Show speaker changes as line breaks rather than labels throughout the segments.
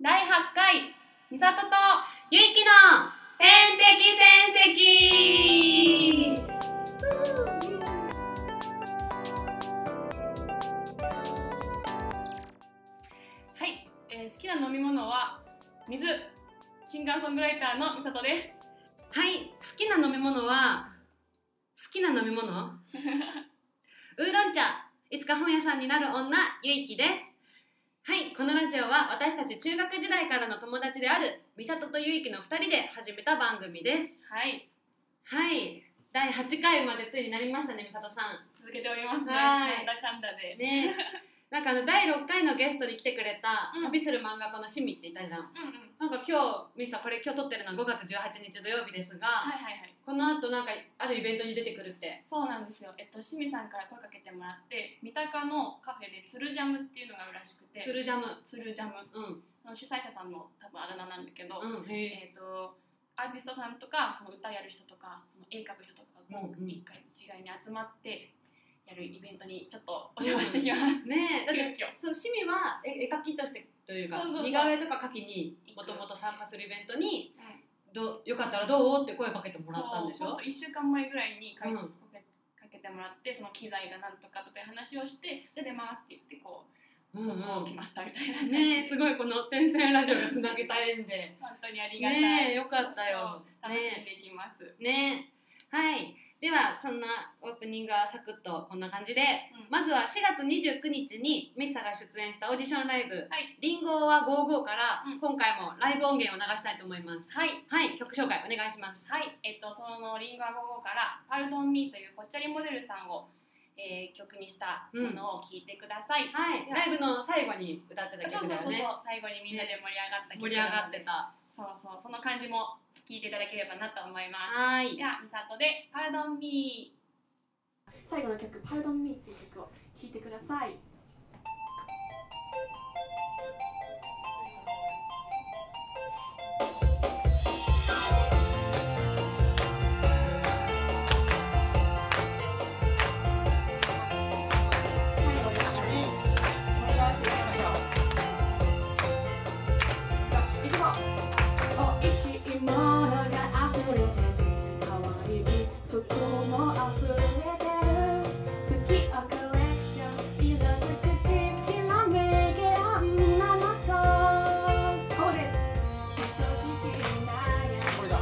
第8回美里と
ゆいきの
天敵戦績はい、えー好きな飲み物は水シンガーソングライターの美里です
はい、好きな飲み物は好きな飲み 物ウーロン茶いつか本屋さんになる女ゆいきですはい、このラジオは私たち中学時代からの友達である美里とゆいきの2人で始めた番組です
はい
はい、第8回までついになりましたね美里さ
続けておりますね
は
なん
い
だかんだで、
んねなんかあの第6回のゲストに来てくれた
うん
旅する漫画家の趣味っていたじゃん
うんうん
なんか今日ミサこれ今日撮ってるのは5月18日土曜日ですが、
はいはいはい
この後なんかあるイベントに出てくるって
そうなんですよえっと清水さんから声かけてもらって三鷹のカフェでつるジャムっていうのがあるらしくて
つるジャム
つるジャム
うん
その主催者さんの多分あだ名なんだけど、
うんへえ
えー、とアーティストさんとかその歌やる人とかその絵描く人とかが
うんうん
一回一概に集まってやるイベントにちょっとお邪魔してきます、
ね えだっ
急
て
遽
そう趣味はえ絵描きとしてというか
そうそうそう
似顔絵とか描きにもともと参加するイベントに
うん
どうよかったらどうって声かけてもらったんでし
そうほ
ょ
と1週間前ぐらいにか,、
うん
かけかけてもらってその機材がなんとかとかいう話をしてじゃあ出ますって言ってこう、
うんう
そこ
ん
決まったみたいな
ねえすごいこの「天線ラジオ」がつなげた縁で
本当にありがたい
ねえよかったよ
そう楽しんでいきます、
ねはいではそんなオープニングはサクッとこんな感じで
うん
まずは4月29日にミッサが出演したオーディションライブ
はい
「リンゴは55」から
うん
今回もライブ音源を流したいと思います
はい
はい曲紹介お願いします
はい、えっと、そのリンゴは午後から「パルドン・ミー」というぽっちゃりモデルさんを、えー曲にしたものを聴いてください、
はいライブの最後に歌ってた
そうそう
曲だよ
そうそう
ね
最後にみんなで盛り上がった曲
盛り上がってた
そうそうその感じも聴いていただければなと思います
はい
ではみさとで「パルドン・ミー」
最後の曲「Pardon Me」という曲を聴いてください。最後ですかね盛り上がっていきましょうよし行くぞ美味しいものが溢れてる可愛い服も溢れてる好きをコレクション色づくちきらめけ女の子こうです愛しきな
これだ。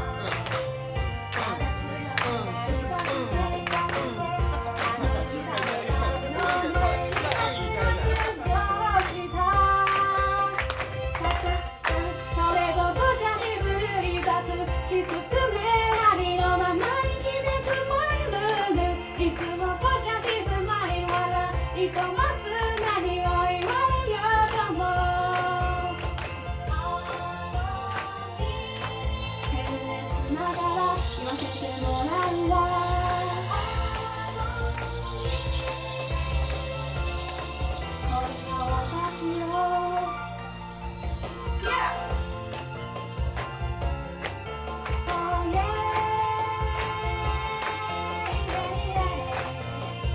言わせてもらうわ「こんな私を」「Oh yeah」「シュ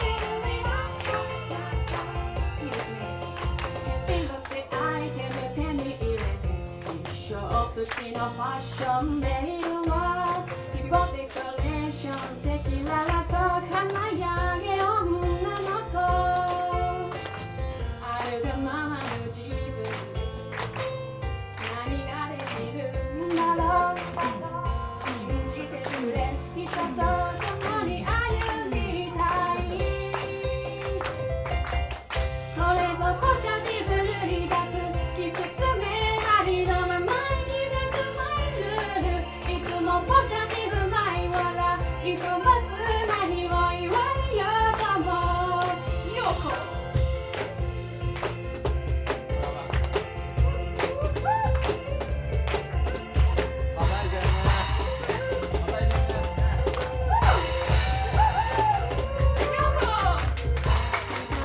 リルリラッいいですね」「ヘッピングってアイテム手に入れて」「一生好きなファッションメイルは」「日々デコレーション赤裸々と輝ける女の子」「あるがままの自分」「何ができるんだろう」「信じてくれ人と共に歩みたい」「これぞポジャティブルに立つ」「き進めありのまま生きてくマイルール」「いつもポジャティブマイワラ」「ひとまず何を言われようとも」「ようこ」「ようこ」「楽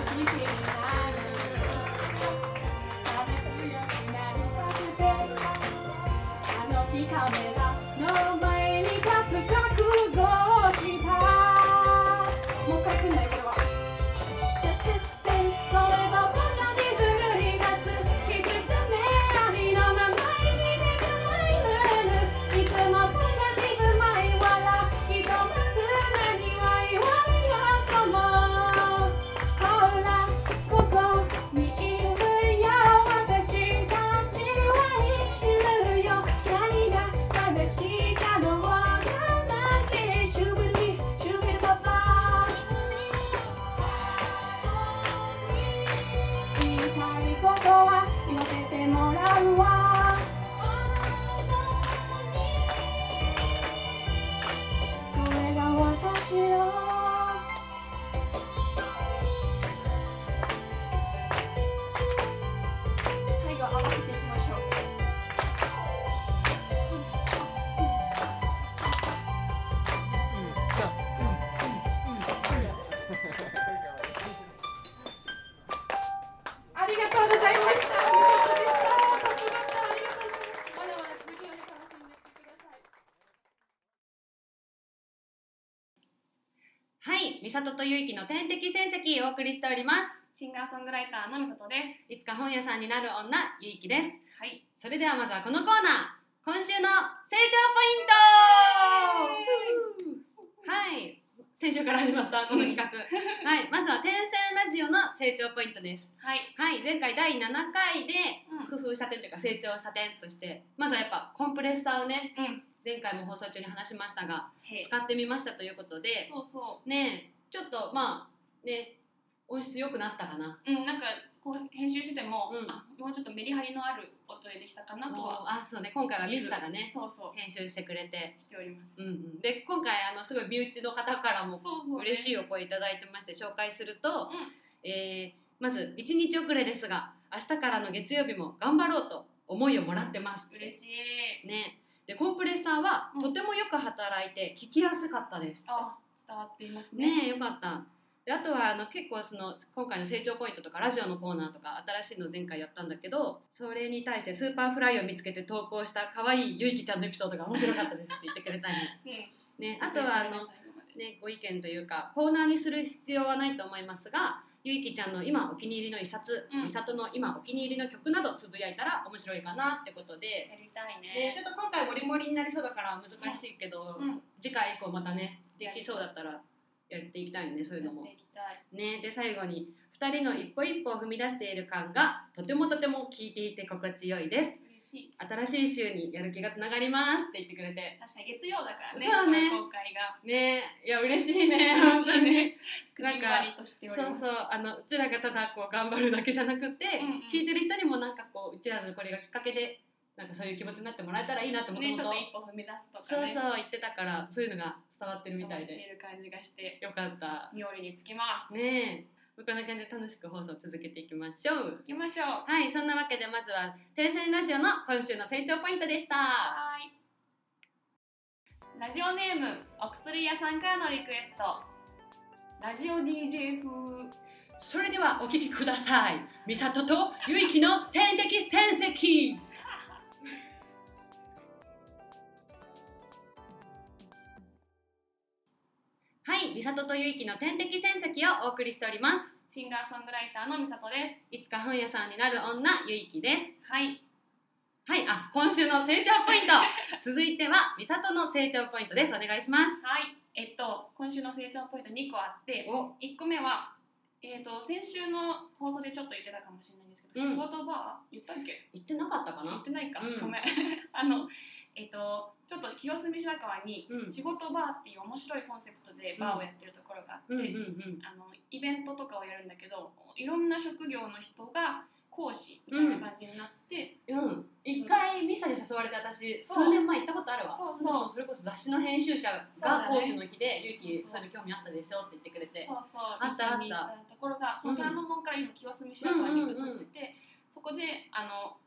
しみになる」「強くなりたくて」「あの日カメラの前に立つ覚悟をした」「もう一回来んないこれは」「それぞポジャティブルに立つ」「気づさせてもらうわこれが私よ最後合わせていきましょうありがとうございました。トップバッターありがとうございましたまだまだ続きをね楽しんでいってくださ
は
い。
い、美里とゆいきの天敵戦績お送りしております。
シンガーソングライターのみさとです。
いつか本屋さんになる女、ゆいきです。
はい。
それではまずはこのコーナー、今週の成長ポイントはい、先週から始まったこの 企画。はい、まずは天線ラジオの成長ポイントです。
はい。
はい、前回第7回で
うん
工夫した点というか成長した点として、まずはやっぱコンプレッサーをね、
うん
前回も放送中に話しましたが、
へ
使ってみましたということで、
そうそ
ねえちょっとまあね音質良くなったかな
う。うん、なんかこう編集してても、
うん
あもうちょっとメリハリのある音でできたかなとは。
あそうね今回はミスタがね
そうそ
編集してくれて、
う。しております。
うんうん、で今回あのすごい身内の方からも
そうそう、
嬉しい
よ。
お声いただいてまして紹介すると、
ん
えーまず1日遅れですが明日からの月曜日も頑張ろうと思いをもらってます
嬉しい。
ねでコンプレッサーは
うん
とてもよく働いて聞きやすかったです、
あ、伝わっていますね。
ねえよかったであとはあの結構その今回の成長ポイントとかラジオのコーナーとか新しいの前回やったんだけどそれに対してスーパーフライを見つけて投稿した可愛いゆいきちゃんのエピソードが面白かったですって言ってくれたり、
うん
ね、あとはあの、ね、ご意見というかコーナーにする必要はないと思いますがゆいきちゃんの今お気に入りの一冊、
うん
みさとの今お気に入りの曲などつぶやいたら面白いかなってことで、
やりたい
ね
ね。
ちょっと今回もりもりになりそうだから難しいけど、
うん、
次回以降またねできそうだったらやっていきたいねそういう
や
の
っ
も
て。いきたい。
ね、で最後に2人の一歩一歩を踏み出している感がとてもとても聞いていて心地よいです。
嬉しい。
新しい週にやる気がつながりますって言ってくれて。
確かに月曜だからね。
そうね
この公開が。
ねいや嬉しいね
嬉しいね。
な
なんん
か
かわりとしており
そう
ます。
そうあのうちらがただこう頑張るだけじゃなくて、
うんうん
聞いてる人にもなんかこううちらのこれがきっかけでなんかそういう気持ちになってもらえたらいいなってもと
ね、
も
ちょ
と
っと一歩踏み出すと
そ
か
う
ね。
そう言ってたからそういうのが伝わってるみたい
思っ
で
てる感じがして、
よかった
妙利につきます。
ねえこんな感じで楽しく放送続けていきましょう
行きましょう。
はいそんなわけでまずは「天才ラジオ」の今週の成長ポイントでした
はーい。ラジオネーム、お薬屋さんからのリクエスト。ラジオ DJ 風。
それではお聞きください美里とゆいきの天敵戦績はい、美里とゆいきの天敵戦績をお送りしております
シンガーソングライターのみさとで
いつか本屋さんになる女ゆいきです
す。はい。
はい、あ、今週の成長ポ イント続いては美里の成長ポイントですお願いします
はい。えっと、今週の成長ポイント2個あって、
お、
1個目は、えっと、先週の放送でちょっと言ってたかもしれないんですけど、
うん
仕事バー言ったっけ
言ってなかったか
言っ
な
てないか、
うん
ごめん あのえっとちょっと清澄白河に
うん
仕事バーっていう面白いコンセプトでバーをやってるところがあって、
うんうんうん
あのイベントとかをやるんだけどいろんな職業の人が講師みたいな感じになって、
うん、一回ミサに誘われて私
そう
数年前行ったことあるわ
そうそう
それこそ雑誌の編集者
そう
が
だね
講師の日で「ゆうき
そ
そ
そう
うういうの興味あったでしょ」って言ってくれて
そうそう
あった
一緒に行ったところがその虎ノ門から今清澄白河に移ってて、
うんうんうんうん
そこであの、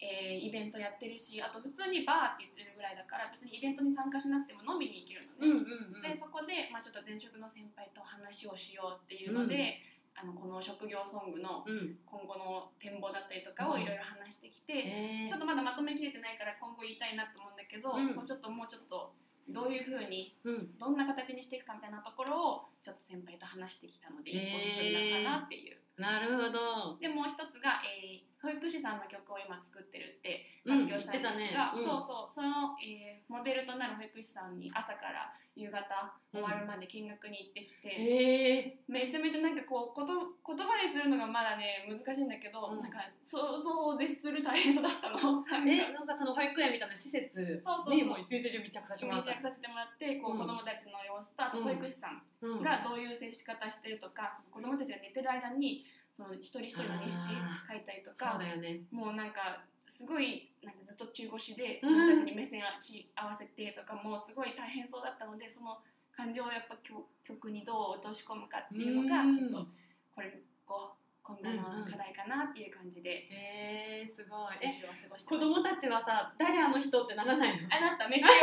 えーイベントやってるしあと普通にバーって言ってるぐらいだから別にイベントに参加しなくても飲みに行けるのね。
うんうん
でそこで、まあ、ちょっと前職の先輩と話をしようっていうので、
うん
あのこの職業ソングの
うんうん
今後の展望だったりとかを
うん
いろいろ話してきて、
えー
ちょっとまだまとめきれてないから今後言いたいなと思うんだけど、
うん
もうちょっともうちょっとどういうふうに
うん
どんな形にしていくかみたいなところをちょっと先輩と話してきたので、
へー
おすすめだったなっていう。
なるほど、
でもう一つが、えー、保育士さんの曲を今作ってるって
う
発
ん、
表
言っ
したん
て
で
た
す
ね
が、、
うん、
そうそうその、えーモデルとなる保育士さんに朝から夕方終わるまで見学に行ってきて、
え
めちゃめちゃなんかこうこと言葉でするのがまだね難しいんだけど、
うん
なんか想像を絶する大変さだったの。
ー、 えなんかその保育園みたいな施設
そうそうそう
にもう一日中密着させてもら
密
った
着させてもらってこう、
うん
子どもたちの様子とあと
うん
保育士さん
うん
がどういう接し方してるとか、その子どもたちが寝てる間にその一人一人の日誌
あ
書いたりと
そう
か
だよね
もうなんかすごいなんかずっと中腰で
うん
僕たちに目線をし合わせてとかもうすごい大変そうだったのでその感情をやっぱ曲曲にどう落とし込むかっていうのが
うん
ちょっとこれこ今後の課題かなっていう感じで
へえー、すごい
練
え
習は過ごして
子
ました。
供たちはさ誰あの人ってならないの
あなためっちゃ言わ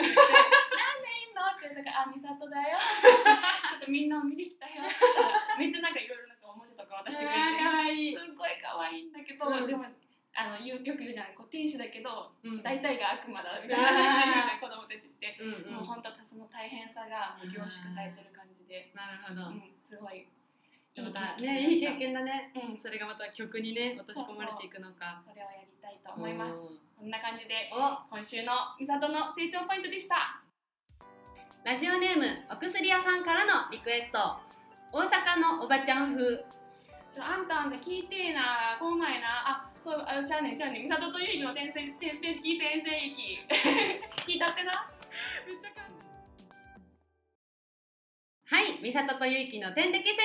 れて「誰なの?」って言って「なんでいんの?」って言うとから「あ美里だよ」 ちょっとみんなを見に来たよ」って言ったらめっちゃなんかいろいろなんかおもちゃとか渡してくれ
うわーか
て
わい
す
い、
っごい可愛いんだけど、
うん
でもあの言うよく言うじゃないこう天使だけど
うん
大体が悪魔だみたいな話になるじゃん子供たちって、
うんうん、
もう本当その大変さがもう凝縮されてる感じで、
なるほど、
うん、すごいい
で
い経
もだ
験
ねいい経験だね
だった、うん、
それがまた曲にね落とし込まれていくのか
それをやりたいと思います
うん
こんな感じで
お
今週の美里の成長ポイントでした
ラジオネームお薬屋さんからのリクエスト大阪のおばちゃん風
あんたあんた聞いてえな、こんまいな、あ、そう、あ、ちゃうねんちゃうねん、みさととゆいの先生、天天的先生駅。 聞いたってな。
めっちゃ簡単はい、美里とゆいきの天敵戦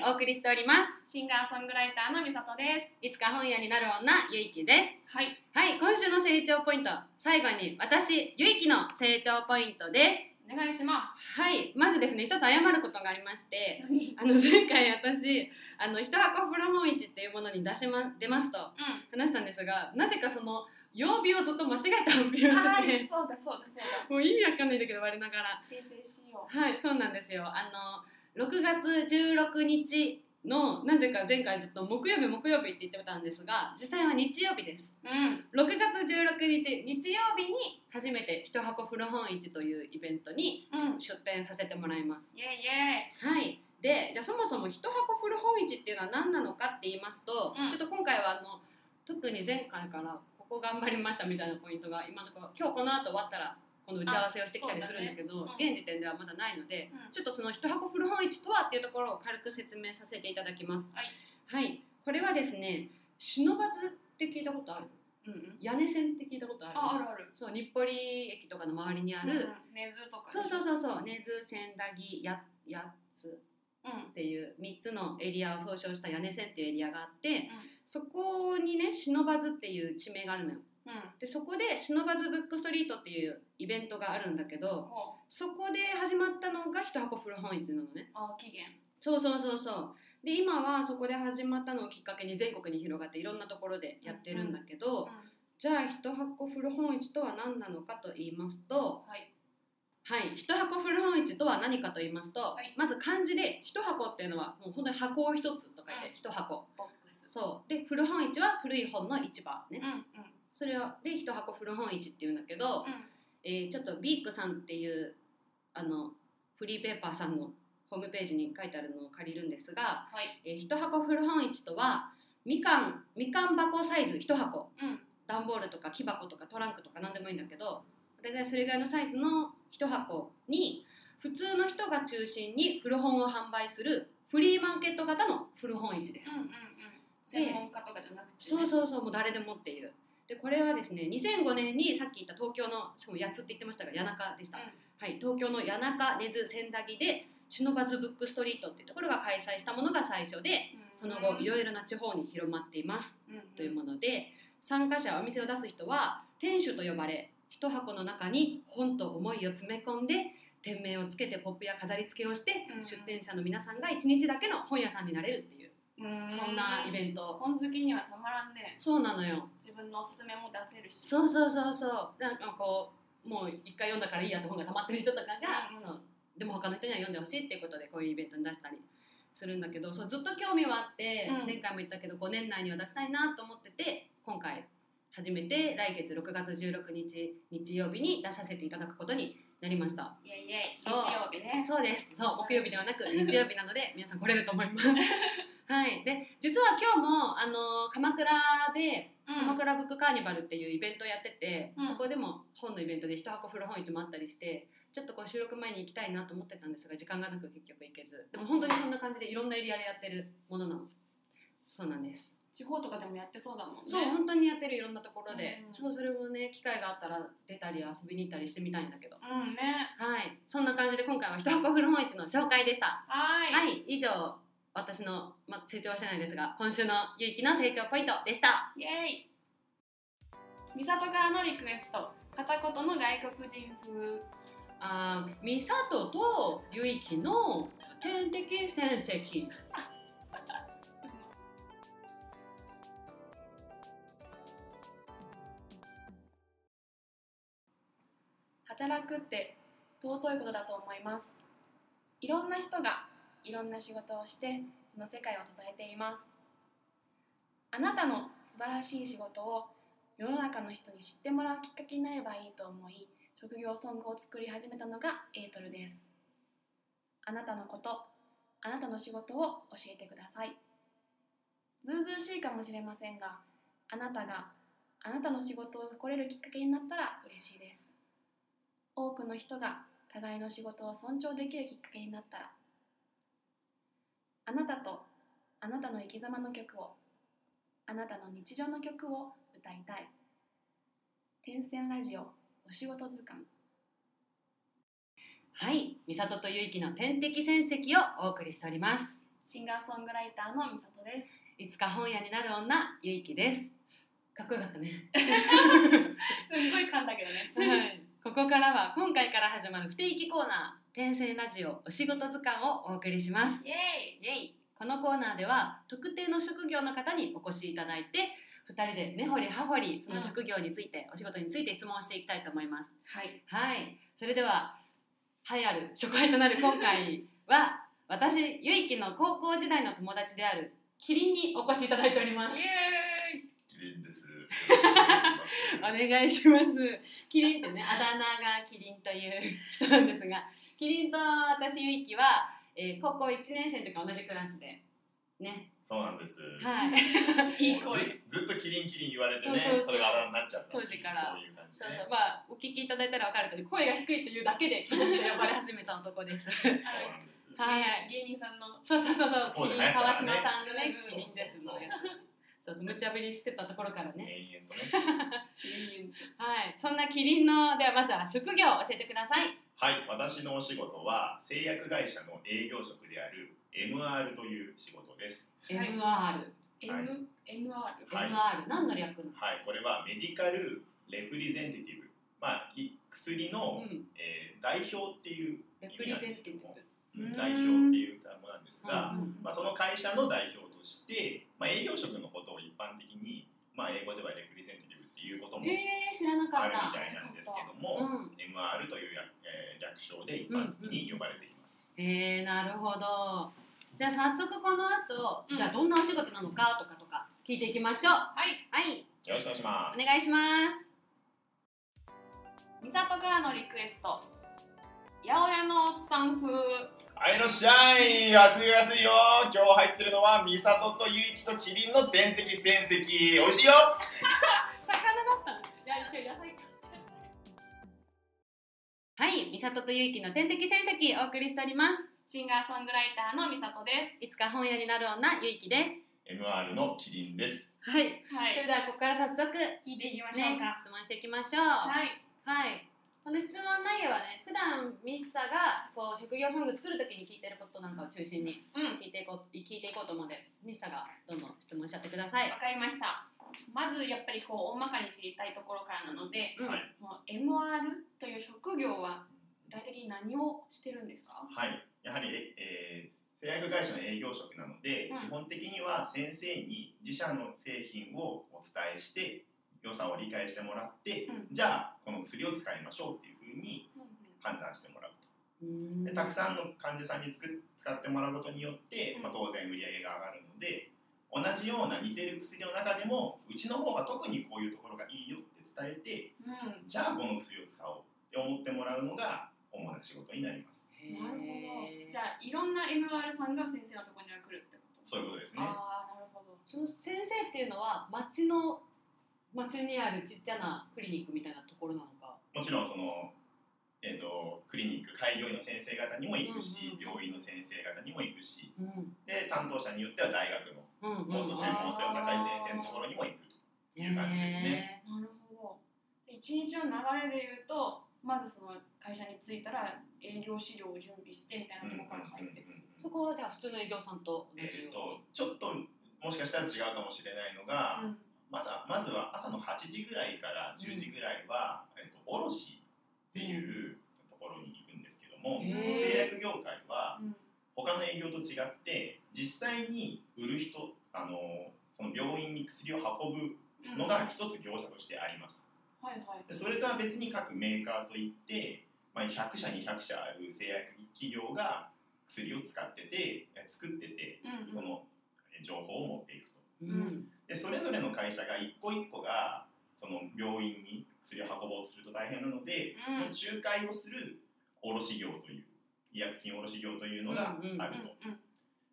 績お送りしております
シンガーソングライターのみさとで
いつか本屋になる女ゆいきです
す。はい、
はい、今週の成長ポイント最後に私ゆいきの成長ポイントです
お願いします。
はい、まずですね一つ謝ることがありまして
何？
あの前回私あの一箱プロ本市っていうものに出しま出ますと
う
話したんですがなぜかその曜日をずっと間違えた発表
ん。あ
して
ー、
て
そうだそうだそうだ。
もう意味わかんないんだけど我ながら
訂正しよ
はいそうなんですよあの6月16日のなぜか前回ずっと木曜日木曜日って言ってたんですが実際は日曜日です
う。うん。
6月16日日曜日に初めて一箱古本市というイベントに
うん。
出店させてもらいます
イエイイエ
はい、でじゃあそもそも一箱古本市っていうのは何なのかって言いますと、
うん
ちょっと今回はあの特に前回からここ頑張りましたみたいなポイントが今のところ今日この後終わったらこの打ち合わせをしてきたりするんだけど
そうだねうん
現時点ではまだないので
イ。、うん
ちょっとその一箱古本市とはっていうところを軽く説明させていただきます。
はい、
はい、これはですね「忍ばず」って聞いたことある
うんうん。
屋根線って聞いたことある
あ、あるある。
そう日暮里駅とかの周りにある、
うん。根津とか。
そうそう
う。
そうそう根津千駄木や八つ
うん
っ。ていう3つのエリアを総称した屋根線っていうエリアがあって、
ん
そこにね忍ばずっていう地名があるのよ
うん。
でそこで忍ばずブックストリートっていうイベントがあるんだけど
もう
そこで始まったのが一箱古本市なのね
あ、期限。
そうそうそうそうで今はそこで始まったのをきっかけに全国に広がっていろんなところでやってるんだけど、
うん。
じゃあ一箱古本市とは何なのかと言いますと
はい。
はい、一箱古本市とは何かと言いますと、
い
まず漢字で一箱っていうのはもう本当に箱を一つと書いて一箱、
ボックス。
そうで古本市は古い本の市場ね、
うんうん
それをで一箱古本市っていうんだけど、
う
えーちょっとビークさんっていうあのフリーペーパーさんのホームページに書いてあるのを借りるんですが、
はい
えー一箱古本市とはみかんみかん箱サイズ一箱
んうん。
段ボールとか木箱とかトランクとか何でもいいんだけど大体それぐらいのサイズの一箱に普通の人が中心に古本を販売するフリーマーケット型の古本市です、
うんうんうん。専門家とかじゃなくてね。
そうそうそうもう誰でもっていうでこれはですね2005年にさっき言った東京のしかも8つって言ってましたが谷中でした、
うん
はい東京の谷中根津千駄木で忍ばずブックストリートっていうところが開催したものが最初で
うん。
その後いろいろな地方に広まっています
うん
というもので参加者はお店を出す人は店主と呼ばれ一箱の中に本と思いを詰め込んで店名をつけてポップや飾り付けをして、
うん
出店者の皆さんが一日だけの本屋さんになれるっていう、
うん
そんなイベント
本好きにはたまらんね
そうなのよ
自分のおすすめも出せるし
そうそうそうそうなんかこうもう一回読んだからいいやって本が溜まってる人とかが、
うんうん
そうでも他の人には読んでほしいっていうことでこういうイベントに出したりするんだけどそうずっと興味はあって、
うん
前回も言ったけど5年内には出したいなと思ってて今回初めて来月6月16日日曜日に出させていただくことになりました
イエイイエイ日
そう
曜日ね
そうですそう木曜日ではなく日曜日なの で皆さん来れると思いますはいで実は今日もあの鎌倉で
うん
鎌倉ブックカーニバルっていうイベントをやってて、
うん
そこでも本のイベントで一箱古本市もあったりしてちょっとこう収録前に行きたいなと思ってたんですが時間がなく結局行けずでも本当にそんな感じでいろんなエリアでやってるものなのそうなんです、
地方とかでもやってそうだもんね
そう本当にやってるいろんなところで、
うん
そうそれもね機会があったら出たり遊びに行ったりしてみたいんだけど
うんね
はいそんな感じで今回は一箱古本市の紹介でした
はーい
はい、以上私の、まあ、成長はしてないですが今週のゆいきの成長ポイントでした
イエーイ美里からのリクエスト片言の外国人風
あー美里とゆいきの天敵戦績
働くって尊いことだと思いますいろんな人がいろんな仕事をしてこの世界を支えていますあなたの素晴らしい仕事を世の中の人に知ってもらうきっかけになればいいと思い職業ソングを作り始めたのがエイトルですあなたのことあなたの仕事を教えてくださいずうずうしいかもしれませんがあなたがあなたの仕事を誇れるきっかけになったら嬉しいです多くの人が互いの仕事を尊重できるきっかけになったらあなたとあなたの生き様の曲をあなたの日常の曲を歌いたい天線ラジオお仕事図鑑
はい美里とゆいきの天敵戦績をお送りしております
シンガーソングライターのみさとです
いつか本屋になる女ゆいきですかっこよかったね
すっごい噛んだけどね
はい、ここからは今回から始まる不定期コーナー「転生ラジオお仕事図鑑」をお送りします
イエーイ
イエイこのコーナーでは特定の職業の方にお越しいただいて2人で根掘り葉掘りその職業について、お仕事について質問していきたいと思います
はい
はいそれでは栄えある初回となる今回は私ゆいきの高校時代の友達であるキリンにお越しいただいております
エーイ
キリンです。よろしくお願いし
お
ま
願い
す
します。キリンってね、あだ名がキリンという人なんですが、キリンと私ゆいきは、えー高校1年生の時は同じクラスで、ね、
そうなんです。
はい。
いい声
ず。ずっとキリンキリン言われて
そう
ね、
そうそう
それがあだ名になっちゃった。
当時から
そういう感じ
そ
で
う
ね。
そう、まあ、お聞きいただいたらわかるとおり、声が低いというだけでキリンと呼ばれ始めた男 です。
そうなんです。
はい。
芸人さんの
そうそうそうそ、
そうう
キ
じゃ
リン
ないから
川
ね
島さんのね、キ
そうそうそう
リンですのやつそうそう、無茶ぶりしてたところからね。
延々とね。
芸人
はい。そんなキリンの、ではまずは職業を教えてください。
はい、私のお仕事は製薬会社の営業職である MR という仕事です。
はい
MR。
はい
M MR
はい
MR。何の略なの
はい、これはメディカルレプリゼンティティブ、まあい薬の、
うん。
えー代表っていう
レプリゼンティブ。
うん
うん
代表っていう単語なんです
う
が、
ん
まあ、その会社の代表として、まあ、営業職のことを一般的に、まあ、英語ではレプリゼンティブっていうことも
えー、知らなか
あ
っ
る
た。
みたいなんですけども、
うん、
MR というや、えー略称で一般的に呼ばれています。
えー、なるほど。じゃあ早速この後、
うん
じゃあどんなお仕事なのかとかとか聞いていきましょう。は
はい
い、
よろしくお願いしま
お
す。
願いします。
みさとからのリクエスト八百屋のおっさん風
はい、いらっしゃい。安いよ安いよ。今日入ってるのはミサトとユイキとキリンの天敵戦績。美味しい
魚
よ。
だったいや、一応野菜か。はい、美里とゆいきの天敵戦績お送りしております。
シンガーソングライターのみさとで
いつか本屋になる女ゆいきです。
MR のキリンです。
はい、
すは
それ
い
ではここから早速ね、
聞いていきまし
質
ょうか、
問していきましょう。
はい
はい。この質問内容はね、普段ミッサがこう職業ソング作るときに聞いてることなんかを中心に
うん
聞いていこう聞いていこうと思うんで、ミッサがどんどん質問しちゃってください。
わかりましたまずやっぱりこう大まかに知りたいところからなので
うん
はい。
もう MR という職業は具体的に何をしてるんですか
はい。やはり、えー製薬会社の営業職なので、
うん
基本的には先生に自社の製品をお伝えして良さを理解してもらって、
うん
じゃあこの薬を使いましょうっていうふうに判断してもらうとでたくさんの患者さんにつく使ってもらうことによって、
うん
まあ、当然売り上げが上がるので同じような似てる薬の中でもうちの方が特にこういうところがいいよって伝えて
うん、うん
じゃあこの薬を使おうって思ってもらうのが主な仕事になります
なるほどじ
じ
ゃ
ゃあ
あいろんな MR さんが先生のところには来るってこと
そういうことですね
ああなるほど
その先生っていうのは町の町にあるちっちゃなクリニックみたいなところなのか。
もちろんその、えー、とクリニック開業医の先生方にも行くし、
うんうん
病院の先生方にも行くし
うん。
で担当者によっては大学の
うんうん。
もっと専門性の高い先生のところにも行くと
て
いう感じですね。
なるほど一日の流れで言うと
まずその会社に着いたら営業資料を準備してみたいなところから入ってくる。
そこはじゃあ普通の営業さんと同
え
じよ
っ
う
とちょっともしかしたら違うかもしれないのが、
うん
まずはまずは朝の8時ぐらいから10時ぐらいは、えっと、卸っていうところに行くんですけども、
へー
製薬業界は
うん
他の営業と違って実際に売る人あのその病院に薬を運ぶのが一つ業者としてあります。
はいはい
でそれとは別に各メーカーといって、まあ、100社200社ある製薬企業が薬を使っててえ作ってて
うんうん
そのえ情報を持っていくと
うん
でそれぞれの会社が一個一個がその病院に薬を運ぼうとすると大変なの
う
で、
ん
その仲介をする卸業という医薬品卸業というのがあると、
うんうんうん
うんうん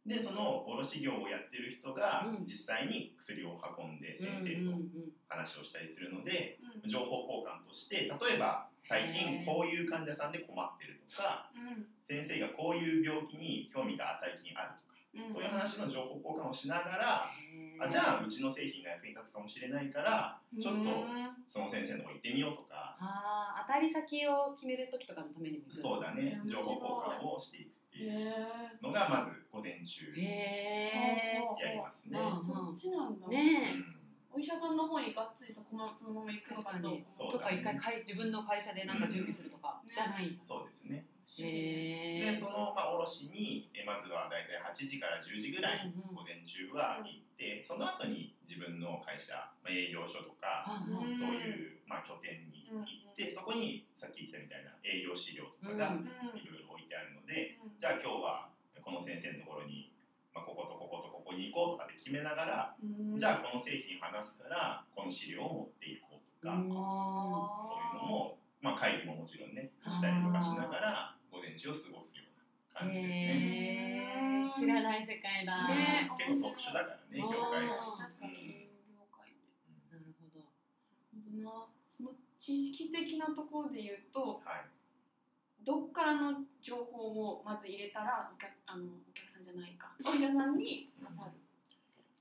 でその卸業をやってる人が
うん
実際に薬を運んで先生
うんう
と
ん
話をしたりするので、
うん
情報交換として例えば最
へー
近こういう患者さんで困ってるとか
う
先生がこういう病気に興味が最近あるとか、
んん
そういう話の情報交換をしながら、
うん
あじゃあうちの製品が役に立つかもしれないからちょっと
うん
その先生の方行ってみようとか、
あー当たり先を決める時とかのためにも
そうだね
うん
情報交換をしていくって
へ
いう
え
のがまず午前中
へえ
ほうほう
やりますね。
うん
そっちなんだ、
う
ねえ
ん
お医者さんの方にがっつりそこまそのまま行くのかと
確
そう
と
だ
か
ね
一回会自分の会社でなんか準備するとか
うん
じゃない
そうですね
へえ
でその、まあ、卸にえまずは大体8時から10時ぐらいに
うんうん
午前中は行ってその後に自分の会社、まあ、営業所とか
あうん
そういう、まあ、拠点に行ってそこにさっき言ったみたいな営業資料と
う
かが
うん
いろいろ置いてあるので
うん
じゃあ今日はこの先生のところに、まあ、こことこことここに行こうとかって決めながら
うん
じゃあこの製品話すからこの資料を持っていこうとか
あ
あー
そういうのも、まあ、会議ももちろんねしたりとかしながら午前中を過ごすような
ー
感じですね。
へえ知らない世界だ
ね
うん結構特殊だからね
あ
業
ー
界が。
あー確かに営業界で
なるほど
なるほどなその知識的なところで言うと
はい
どっからの情報をまず入れたらお客あのお客さんじゃないかお医者さんに刺さる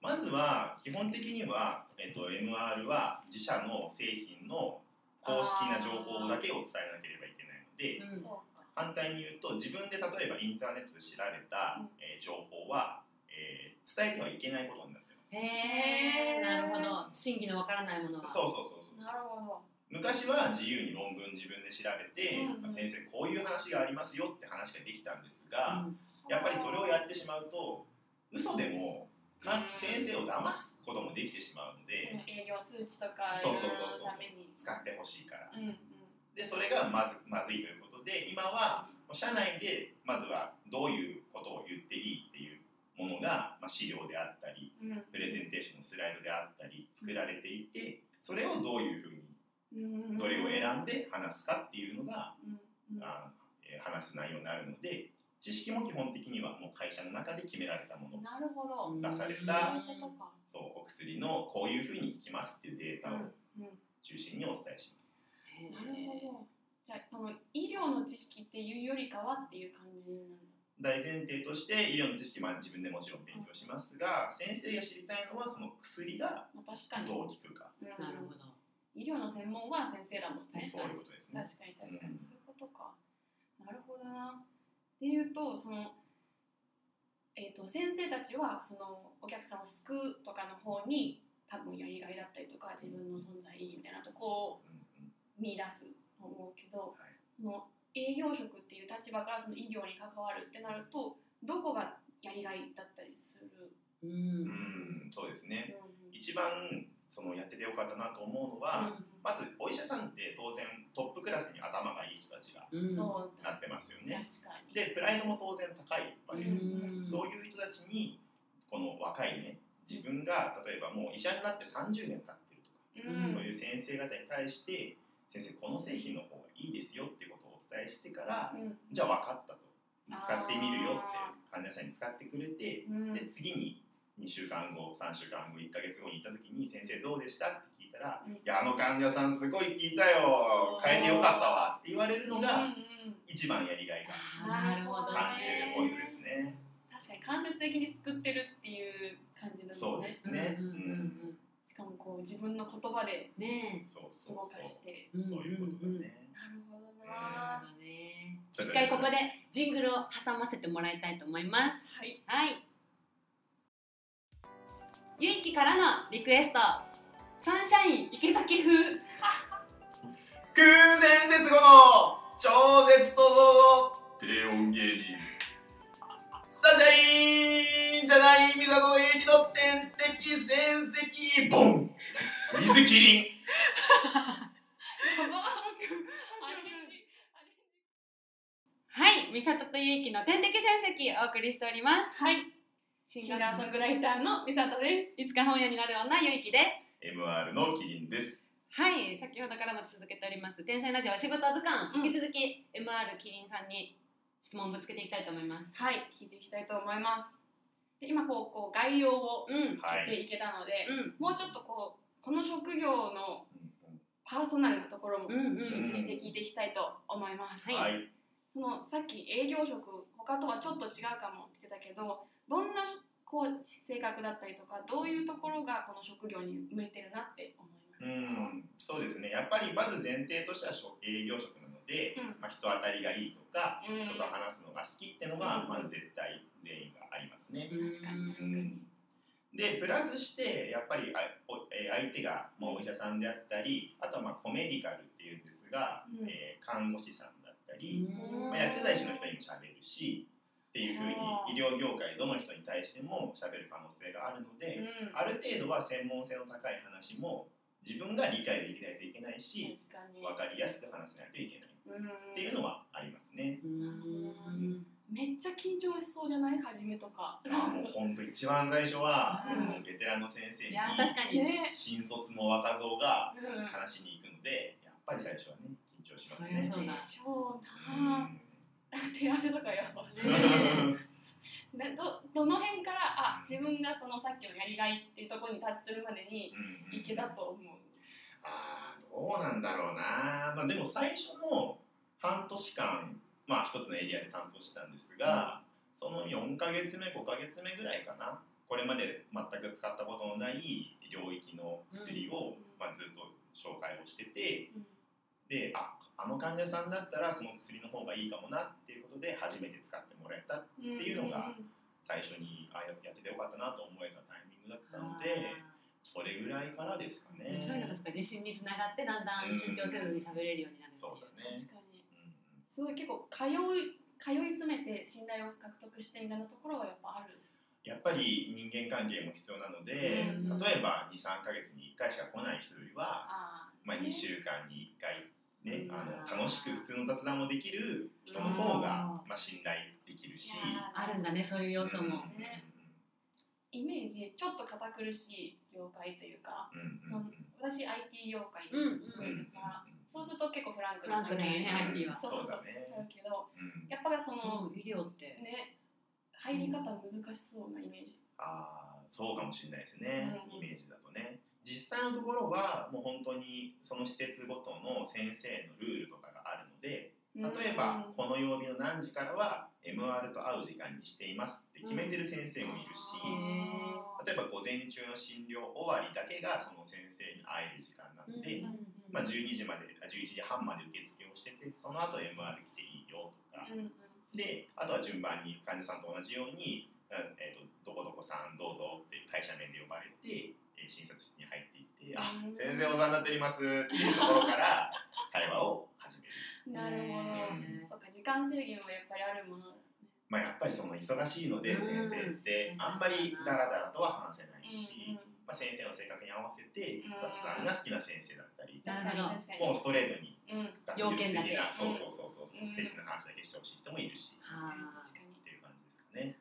まずは基本的には、えっと、MR は自社の製品の公式な情報だけを伝えなければいけないので
うん
そうか
反対に言うと自分で例えばインターネットで調べ
う
た、
ん
えー情報は、えー伝えてはいけないことになってます。
へえなるほど真偽のわからないものは
そうそうそうそう
なるほど
昔は自由に論文自分で調べて、
うんうん
まあ先生こういう話がありますよって話ができたんですが、
うん
やっぱりそれをやってしまうと嘘でもか
うん
先生を騙すこともできてしまうの
でも
で
営業数値とか
そうそうそうそう
のために
使ってほしいから
うんうん
でそれがまずまずいということで今は社内でまずはどういうことを言っていいっていうものが、まあ、資料であったり
うん
プレゼンテーションのスライドであったり作られていてそれをどういうふうに
うん
どれを選んで話すかっていうのが、
うんうん
あえー話す内容になるので知識も基本的にはもう会社の中で決められたもの
なるほど
出され
そう
た
いうことか
そうお薬のこういうふうに効きますっていうデータを
うん
中心にお伝えします。
へー
なるほどじゃあその医療の知識っていうよりかはっていう感じなんだ
大前提として医療の知識は自分でもちろん勉強しますが先生が知りたいのはその薬が
まあ確かに
どう効くか、
うん
なるほど
医療の専門は先生だもんね
そういうことですね。
確かに確か
う
に
ん
そういうことか、なるほどなっていうとそのえっ、と先生たちはそのお客さんを救うとかの方に多分やりがいだったりとか自分の存在意義みたいなとこを
うんうん
見出すと思うけど、
はい
その営業職っていう立場からその医療に関わるってなるとどこがやりがいだったりする、
う
うんん、そうですね。
うん
一番そのやっててよかったなと思うの
う
は、
ん
まずお医者さんって当然トップクラスに頭がいい人たちが
うん
そう
な
だ
ってますよ
確
ね。
かに
でプライドも当然高いわけです。
うん
そういう人たちにこの若いね自分が例えばもう医者になって30年経ってるとか、
うん
そういう先生方に対して先生この製品の方がいいですよってことをお伝えしてから、
うん
じゃあ分かったと
あー
使ってみるよって患者さんに使ってくれて
うん
で次に2週間後3週間後1ヶ月後に行った時に「先生どうでした?」って聞いたら「
うん
いやあの患者さんすごい聞いたよ変えてよかったわ」って言われるの
うん
が
うん
一番やりがいが
あーなるほどね
感じるポイントですね。
確かに間接的に救ってるっていう感じだも
そ
ん
う
ね
ですね。
うんうんうんうん
しかもこう自分の言葉で
ね
そうそう
動か
そ
して
え
うそういうことだね。
なるほどな、ま
だね
一
一回ここでジングルを挟ませてもらいたいと思います
す。はい。
はいゆいきからのリクエストサンシャイン池崎風
空前絶後の超絶とテレオン芸人サンシャインじゃないミサトの影響の天敵戦績ボン水キリ
や
ン
ばアレンジ
はい、ミサトとゆいきの天敵戦績お送りしております
はい。
シ
シンガーソングライターのミサトで
いつか本屋になる女ゆいきです
MR のキリンです
はい、先ほどからも続けております天才ラジオお仕事図鑑、
うん
引き続き MR キリンさんに質問をぶつけていきたいと思います
す。はい、聞いていきたいと思います。で今こうこう概要を
うん、うん、
は
やって
い、
いけたので、もうちょっとこうこの職業の
う
パーソナルなところも
うん、うん
集中して聞いていきたいと思います。
んはい
そのさっき営業職他とはちょっと違うかもって言ってたけどどんなこう性格だったりとかどういうところがこの職業に向いてるなって思います。
うん、そうですねやっぱりまず前提としては営業職なので、
うん
まあ、人当たりがいいとか
うん
人と話すのが好きってのが、
うん
まあ、絶対全員がありますね、
うん
確かに確か
う
に
ん。でプラスしてやっぱりあおえー相手が、まあ、お医者さんであったりあとはまあコメディカルっていうんですが、
うん
えー看護師さんだった
う
り、
ん
まあ、薬剤師の人にも喋るしっていうふうに
あー
医療業界どの人に対しても喋る可能性があるので、
うん、
ある程度は専門性の高い話も自分が理解できないといけないし
確かに
分かりやすく話せないといけない
うん
っていうのはありますね。
うん
めっちゃ緊張しそうじゃない初めとか。
あもう本当一番最初は、
うん
もうベテランの先生
い
に
や確かに
ね。
新卒の若造が
うん。
話しに行くのでやっぱり最初はね緊張します
そりゃ
ね。
そうだ
でしょう
う
な。
ん
手汗とかやばい。などどの辺からあ自分がそのさっきのやりがいっていうところに達するまでに
うん
いけたと思う。
あーどうなんだろうな、まあ、でも最初の半年間、まあ、一つのエリアで担当してたんですが、その4ヶ月目5ヶ月目ぐらいかなこれまで全く使ったことのない領域の薬を、
うん
まあ、ずっと紹介をしてて
うん
でああの患者さんだったらその薬の方がいいかもなっていうことで初めて使ってもらえた
って
いうのが最初にあややっててよかったなと思えたタイミングだったのでそれぐらいからですかね。
そういうのがそっか自信につながってだんだん緊張せずに喋れるようになるってい
そうだね
確かに
うん
すごい結構通い通い詰めて信頼を獲得してみたいなところはやっぱある。
やっぱり人間関係も必要なので、
うん
例えば23ヶ月に1回しか来ない人よりは、
ああ。
まあ、2
ね
週間に1回、ね
うん
あの楽しく普通の雑談もできる人の方が、まあ、信頼できるし
いや
あるんだねそういう要素も、
うん
ねイメージちょっと堅苦しい業界というか
うんうんうん
私 IT 業界で
うん
す
う
ご
ん
い
うん
だからそうすると結構フラン
フ
ク
ランクだよね
関係
IT は
そう
そうだ
だ
ね、
けど
うん、
やっぱそ
も
の、
う医療って
ね入り方難しそうなイメージ、
あーそうかもしれないですね、
うん
イメージだとね実際のところはもう本当にその施設ごとの先生のルールとかがあるので例えばこの曜日の何時からは MR と会う時間にしていますって決めてる先生もいるし、
う
例えば午前中の診療終わりだけがその先生に会える時間なので、まあ、12時まであ11時半まで受付をしててその後 MR 来ていいよとか、
んうん
であとは順番に患者さんと同じように、うんえー、とどこどこさんどうぞって会社名で呼ばれて、えー診察室に入っていって「あ
うん
先生お世話になっております」っていうところから 会話を始める。
うんなるほ
ね
ど、そっか時間制限はやっぱりあるもの
まあ、やっぱりその忙しいので
うん
先生ってあんまりダラダラとは話せないし、
うんうん
まあ、先生の性格に合わせて
うん
雑談が好きな先生だったり、
な
確
る
か
ほど
に確か
もう
に
ストレートに
うん
要件だけ
学術的な
うん
そうそうそうそう
うん
素敵な話だけしてほしい人もいるし、
確かに
はあ
確かに
っていう感じですかね。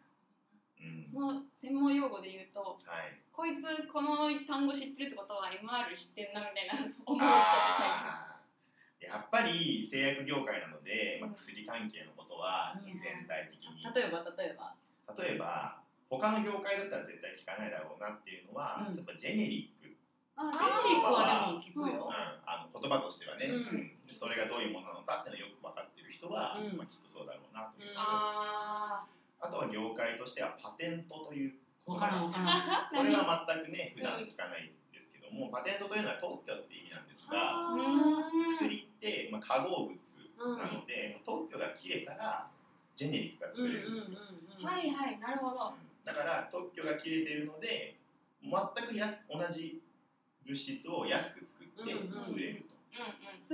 うん
その専門用語で言うと
はい、
こいつこの単語知ってるってことは MR 知ってんなみたいな思う人たちがいる
あーやっぱり製薬業界なので、まあ、薬関係のことは
うん
全体的に、
例えば例えば
例えば他の業界だったら絶対聞かないだろうなっていうのは、
うん
例えばジェネリック
あテクニックはでも聞く
う
よ
ん、、あの言葉としてはね、
うん
うんそれがどういうものなのかっていうのをよく分かってる人は、
うん
まあ、きっとそうだろうなという、
うん
あ
あ
とは業界としてはパテントという
分からん分からん
あ
これは全くね普段聞かないんですけども、パテントというのは特許って意味なんですが
う
あ
ん
薬って、まあ、化合物
うん
なので、特許が切れたらジェネリックが作れるんですよ、
はいはいなるほど
だから特許が切れてるので全くやす同じ物質を安く作って売れると、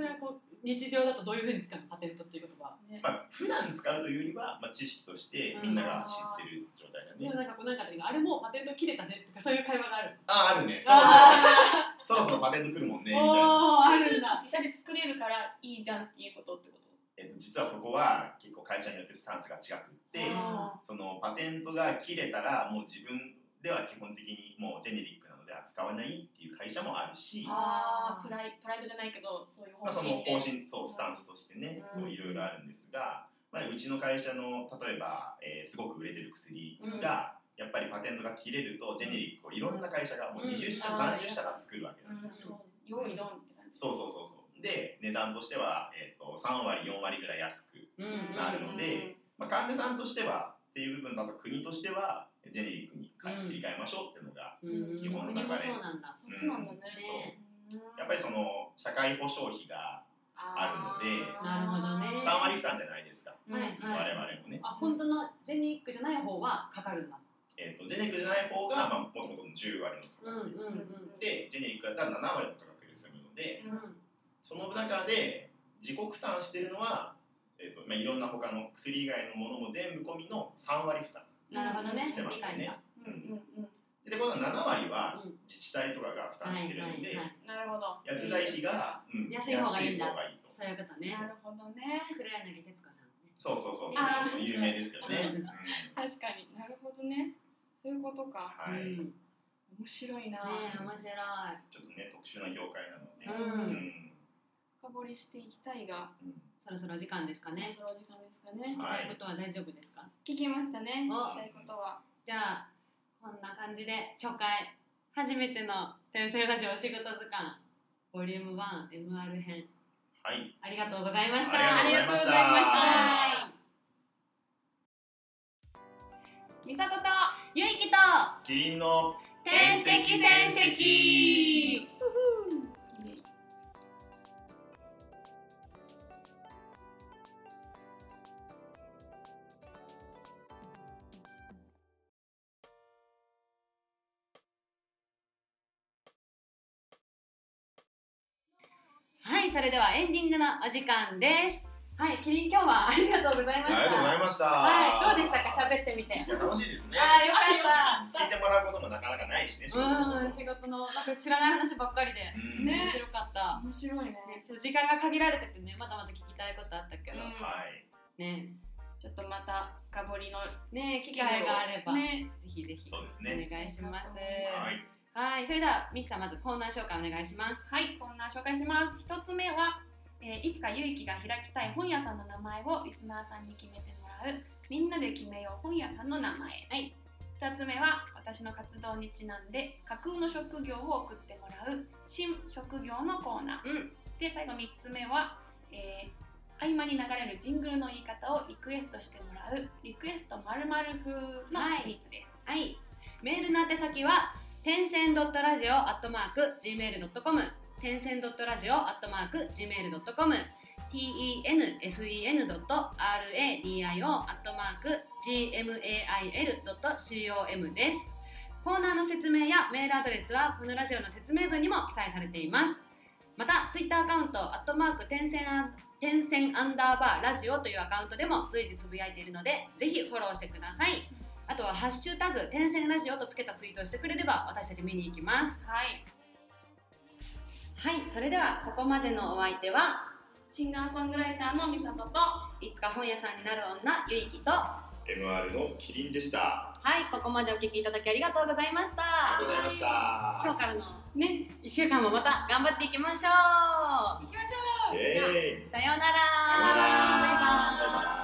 そ
うんう
れはこう日常だとどういうふうに使うのパテントっていう言葉
んね
まあ普段使うというよりは、まあ、知識としてみんなが知ってる状態だ
で
ね、
もなんかこうなんかの時にあれもうパテント切れたねとかそういう会話がある
あああるね
あ
そろそろそろパテント来るもんねみたいな
おーあるんだ
自社で作れるからいいじゃんっていうことってこと
えっと、実はそこは結構会社によってスタンスが違くって
あ
そのパテントが切れたらもう自分では基本的にもうジェネリックなので扱わないっていう会社もあるし
ーあープライプライドじゃないけどそういう方
まあ、その
針で、
方針そうスタンスとしてね
うん
そういろいろあるんですが、まあ、うちの会社の例えば、えーすごく売れてる薬
うん
が、やっぱりパテントが切れるとジェネリックをいろんな会社がもう20社、
うん
30社が作るわけなんですよ
うんそう用意ドンって感じ
そうそうそうそうで値段としては、えー、と3割4割ぐらい安く、
うん
なるのでまあ、患者さんとしてはっていう部分だと国としてはジェネリックに変え
うん
切り替えましょうっていうのが、
うん
基本の
国
中
も
で
そうなんだ
そっちなんだね、
ね
うん
やっぱりその社会保障費があるので
あ
なる
ー
ほどね
3割負担じゃないですか、
うん
はいはい
我々もね、
あ本当のゼニックじゃない方はかかるんだ
えー、とジェネリックじゃない方が、まあ、もともとの10割の
う
価
んうんう
格、
ん
でジェネリックだったら7割の価格で済むので
うん
その中で自己負担してるのは、えーとまあ、いろんな他の薬以外のものも全部込みの3割負担
なるほどね
してますよ
理解し
ね
た。
うんうん
でことは7割は
うん
自治体とかが負
は
担してるので、
いはいはい
うんなるほど
薬剤費が、うん
安い方がいいんだ
安方がいいと
そういうことね
なるほどね
黒柳徹子さんね
そうそうそうそう
あ
そう
ー
有名ですよね。
う
うんん
確かになるほどねそういうことか
は
うんね
い。
面白いな、
え面白い
ちょっとね特殊な業界なので、
うん
うん
深掘りしていきたいが
うん
そろそろ時間ですかね
そろそろ時間ですかね
聞きたいことは大丈夫ですか
聞きましたね聞
お
きたいことは
じゃあこんな感じで初回初めての「天才ラジオお仕事図鑑」ボリューム 1MR 編
はい。
ありがとうございました
ありがとうございました
は
美里と
いゆいきと
キリンの
天敵戦績はいそれではエンディングのお時間ですはいキリン今日はありがとうございま
あ
した
りがとうございました。
はいどうでしたか喋ってみて
いや楽しいですね。
あーよかっ
聞いてもらうこともなかなかないしね。仕
た
事
うん仕事のなんか知らない話ばっかりで
うん
面
ね
白かった、
面白いね
ね、ちょっと時間が限られててねまだまだ聞きたいことあったけど、
うん
はい。
ね
ちょっとまた深掘りの
ね機会があれば、
ね
ぜひぜひ
そうです
お
ね。
願いします
は
はい
い。
それではミスさんまずコーナー紹介お願いします
はいコーナー紹介します一つ目は、えーいつかゆいきが開きたい本屋さんの名前をリスナーさんに決めてもらうみんなで決めよう本屋さんの名前
はい
2つ目は私の活動にちなんで架空の職業を送ってもらう新職業のコーナー
うん
で最後3つ目は、えー合間に流れるジングルの言い方をリクエストしてもらうリクエストまる風の
はい
秘密です、
はいメールの宛先は点線ドットラジオアットマーク gmail.com 点線ドットラジオアットマーク gmail.com ten.sen.radio アットマーク gmail.com ですコーナーの説明やメールアドレスはこのラジオの説明文にも記載されていますまたツイッターアカウントアットマーク点線アン点線アンダーバーラジオというアカウントでも随時つぶやいているのでぜひフォローしてくださいあとは「ハッシュタグ転戦ラジオ」とつけたツイートをしてくれれば私たち見に行きます
はい
はいそれではここまでのお相手は
シンガーソングライターのみさとと
いつか本屋さんになる女ゆいきとは
MR のキリンでした。
いここまでお聞きいただきありがとうございまし
ありがと
た
うございました。
今日からの
ね
1週間もまた頑張っていきましょ
行きましょう
イエーイ
うさようなら
さようなら
バイバイ
バイバイ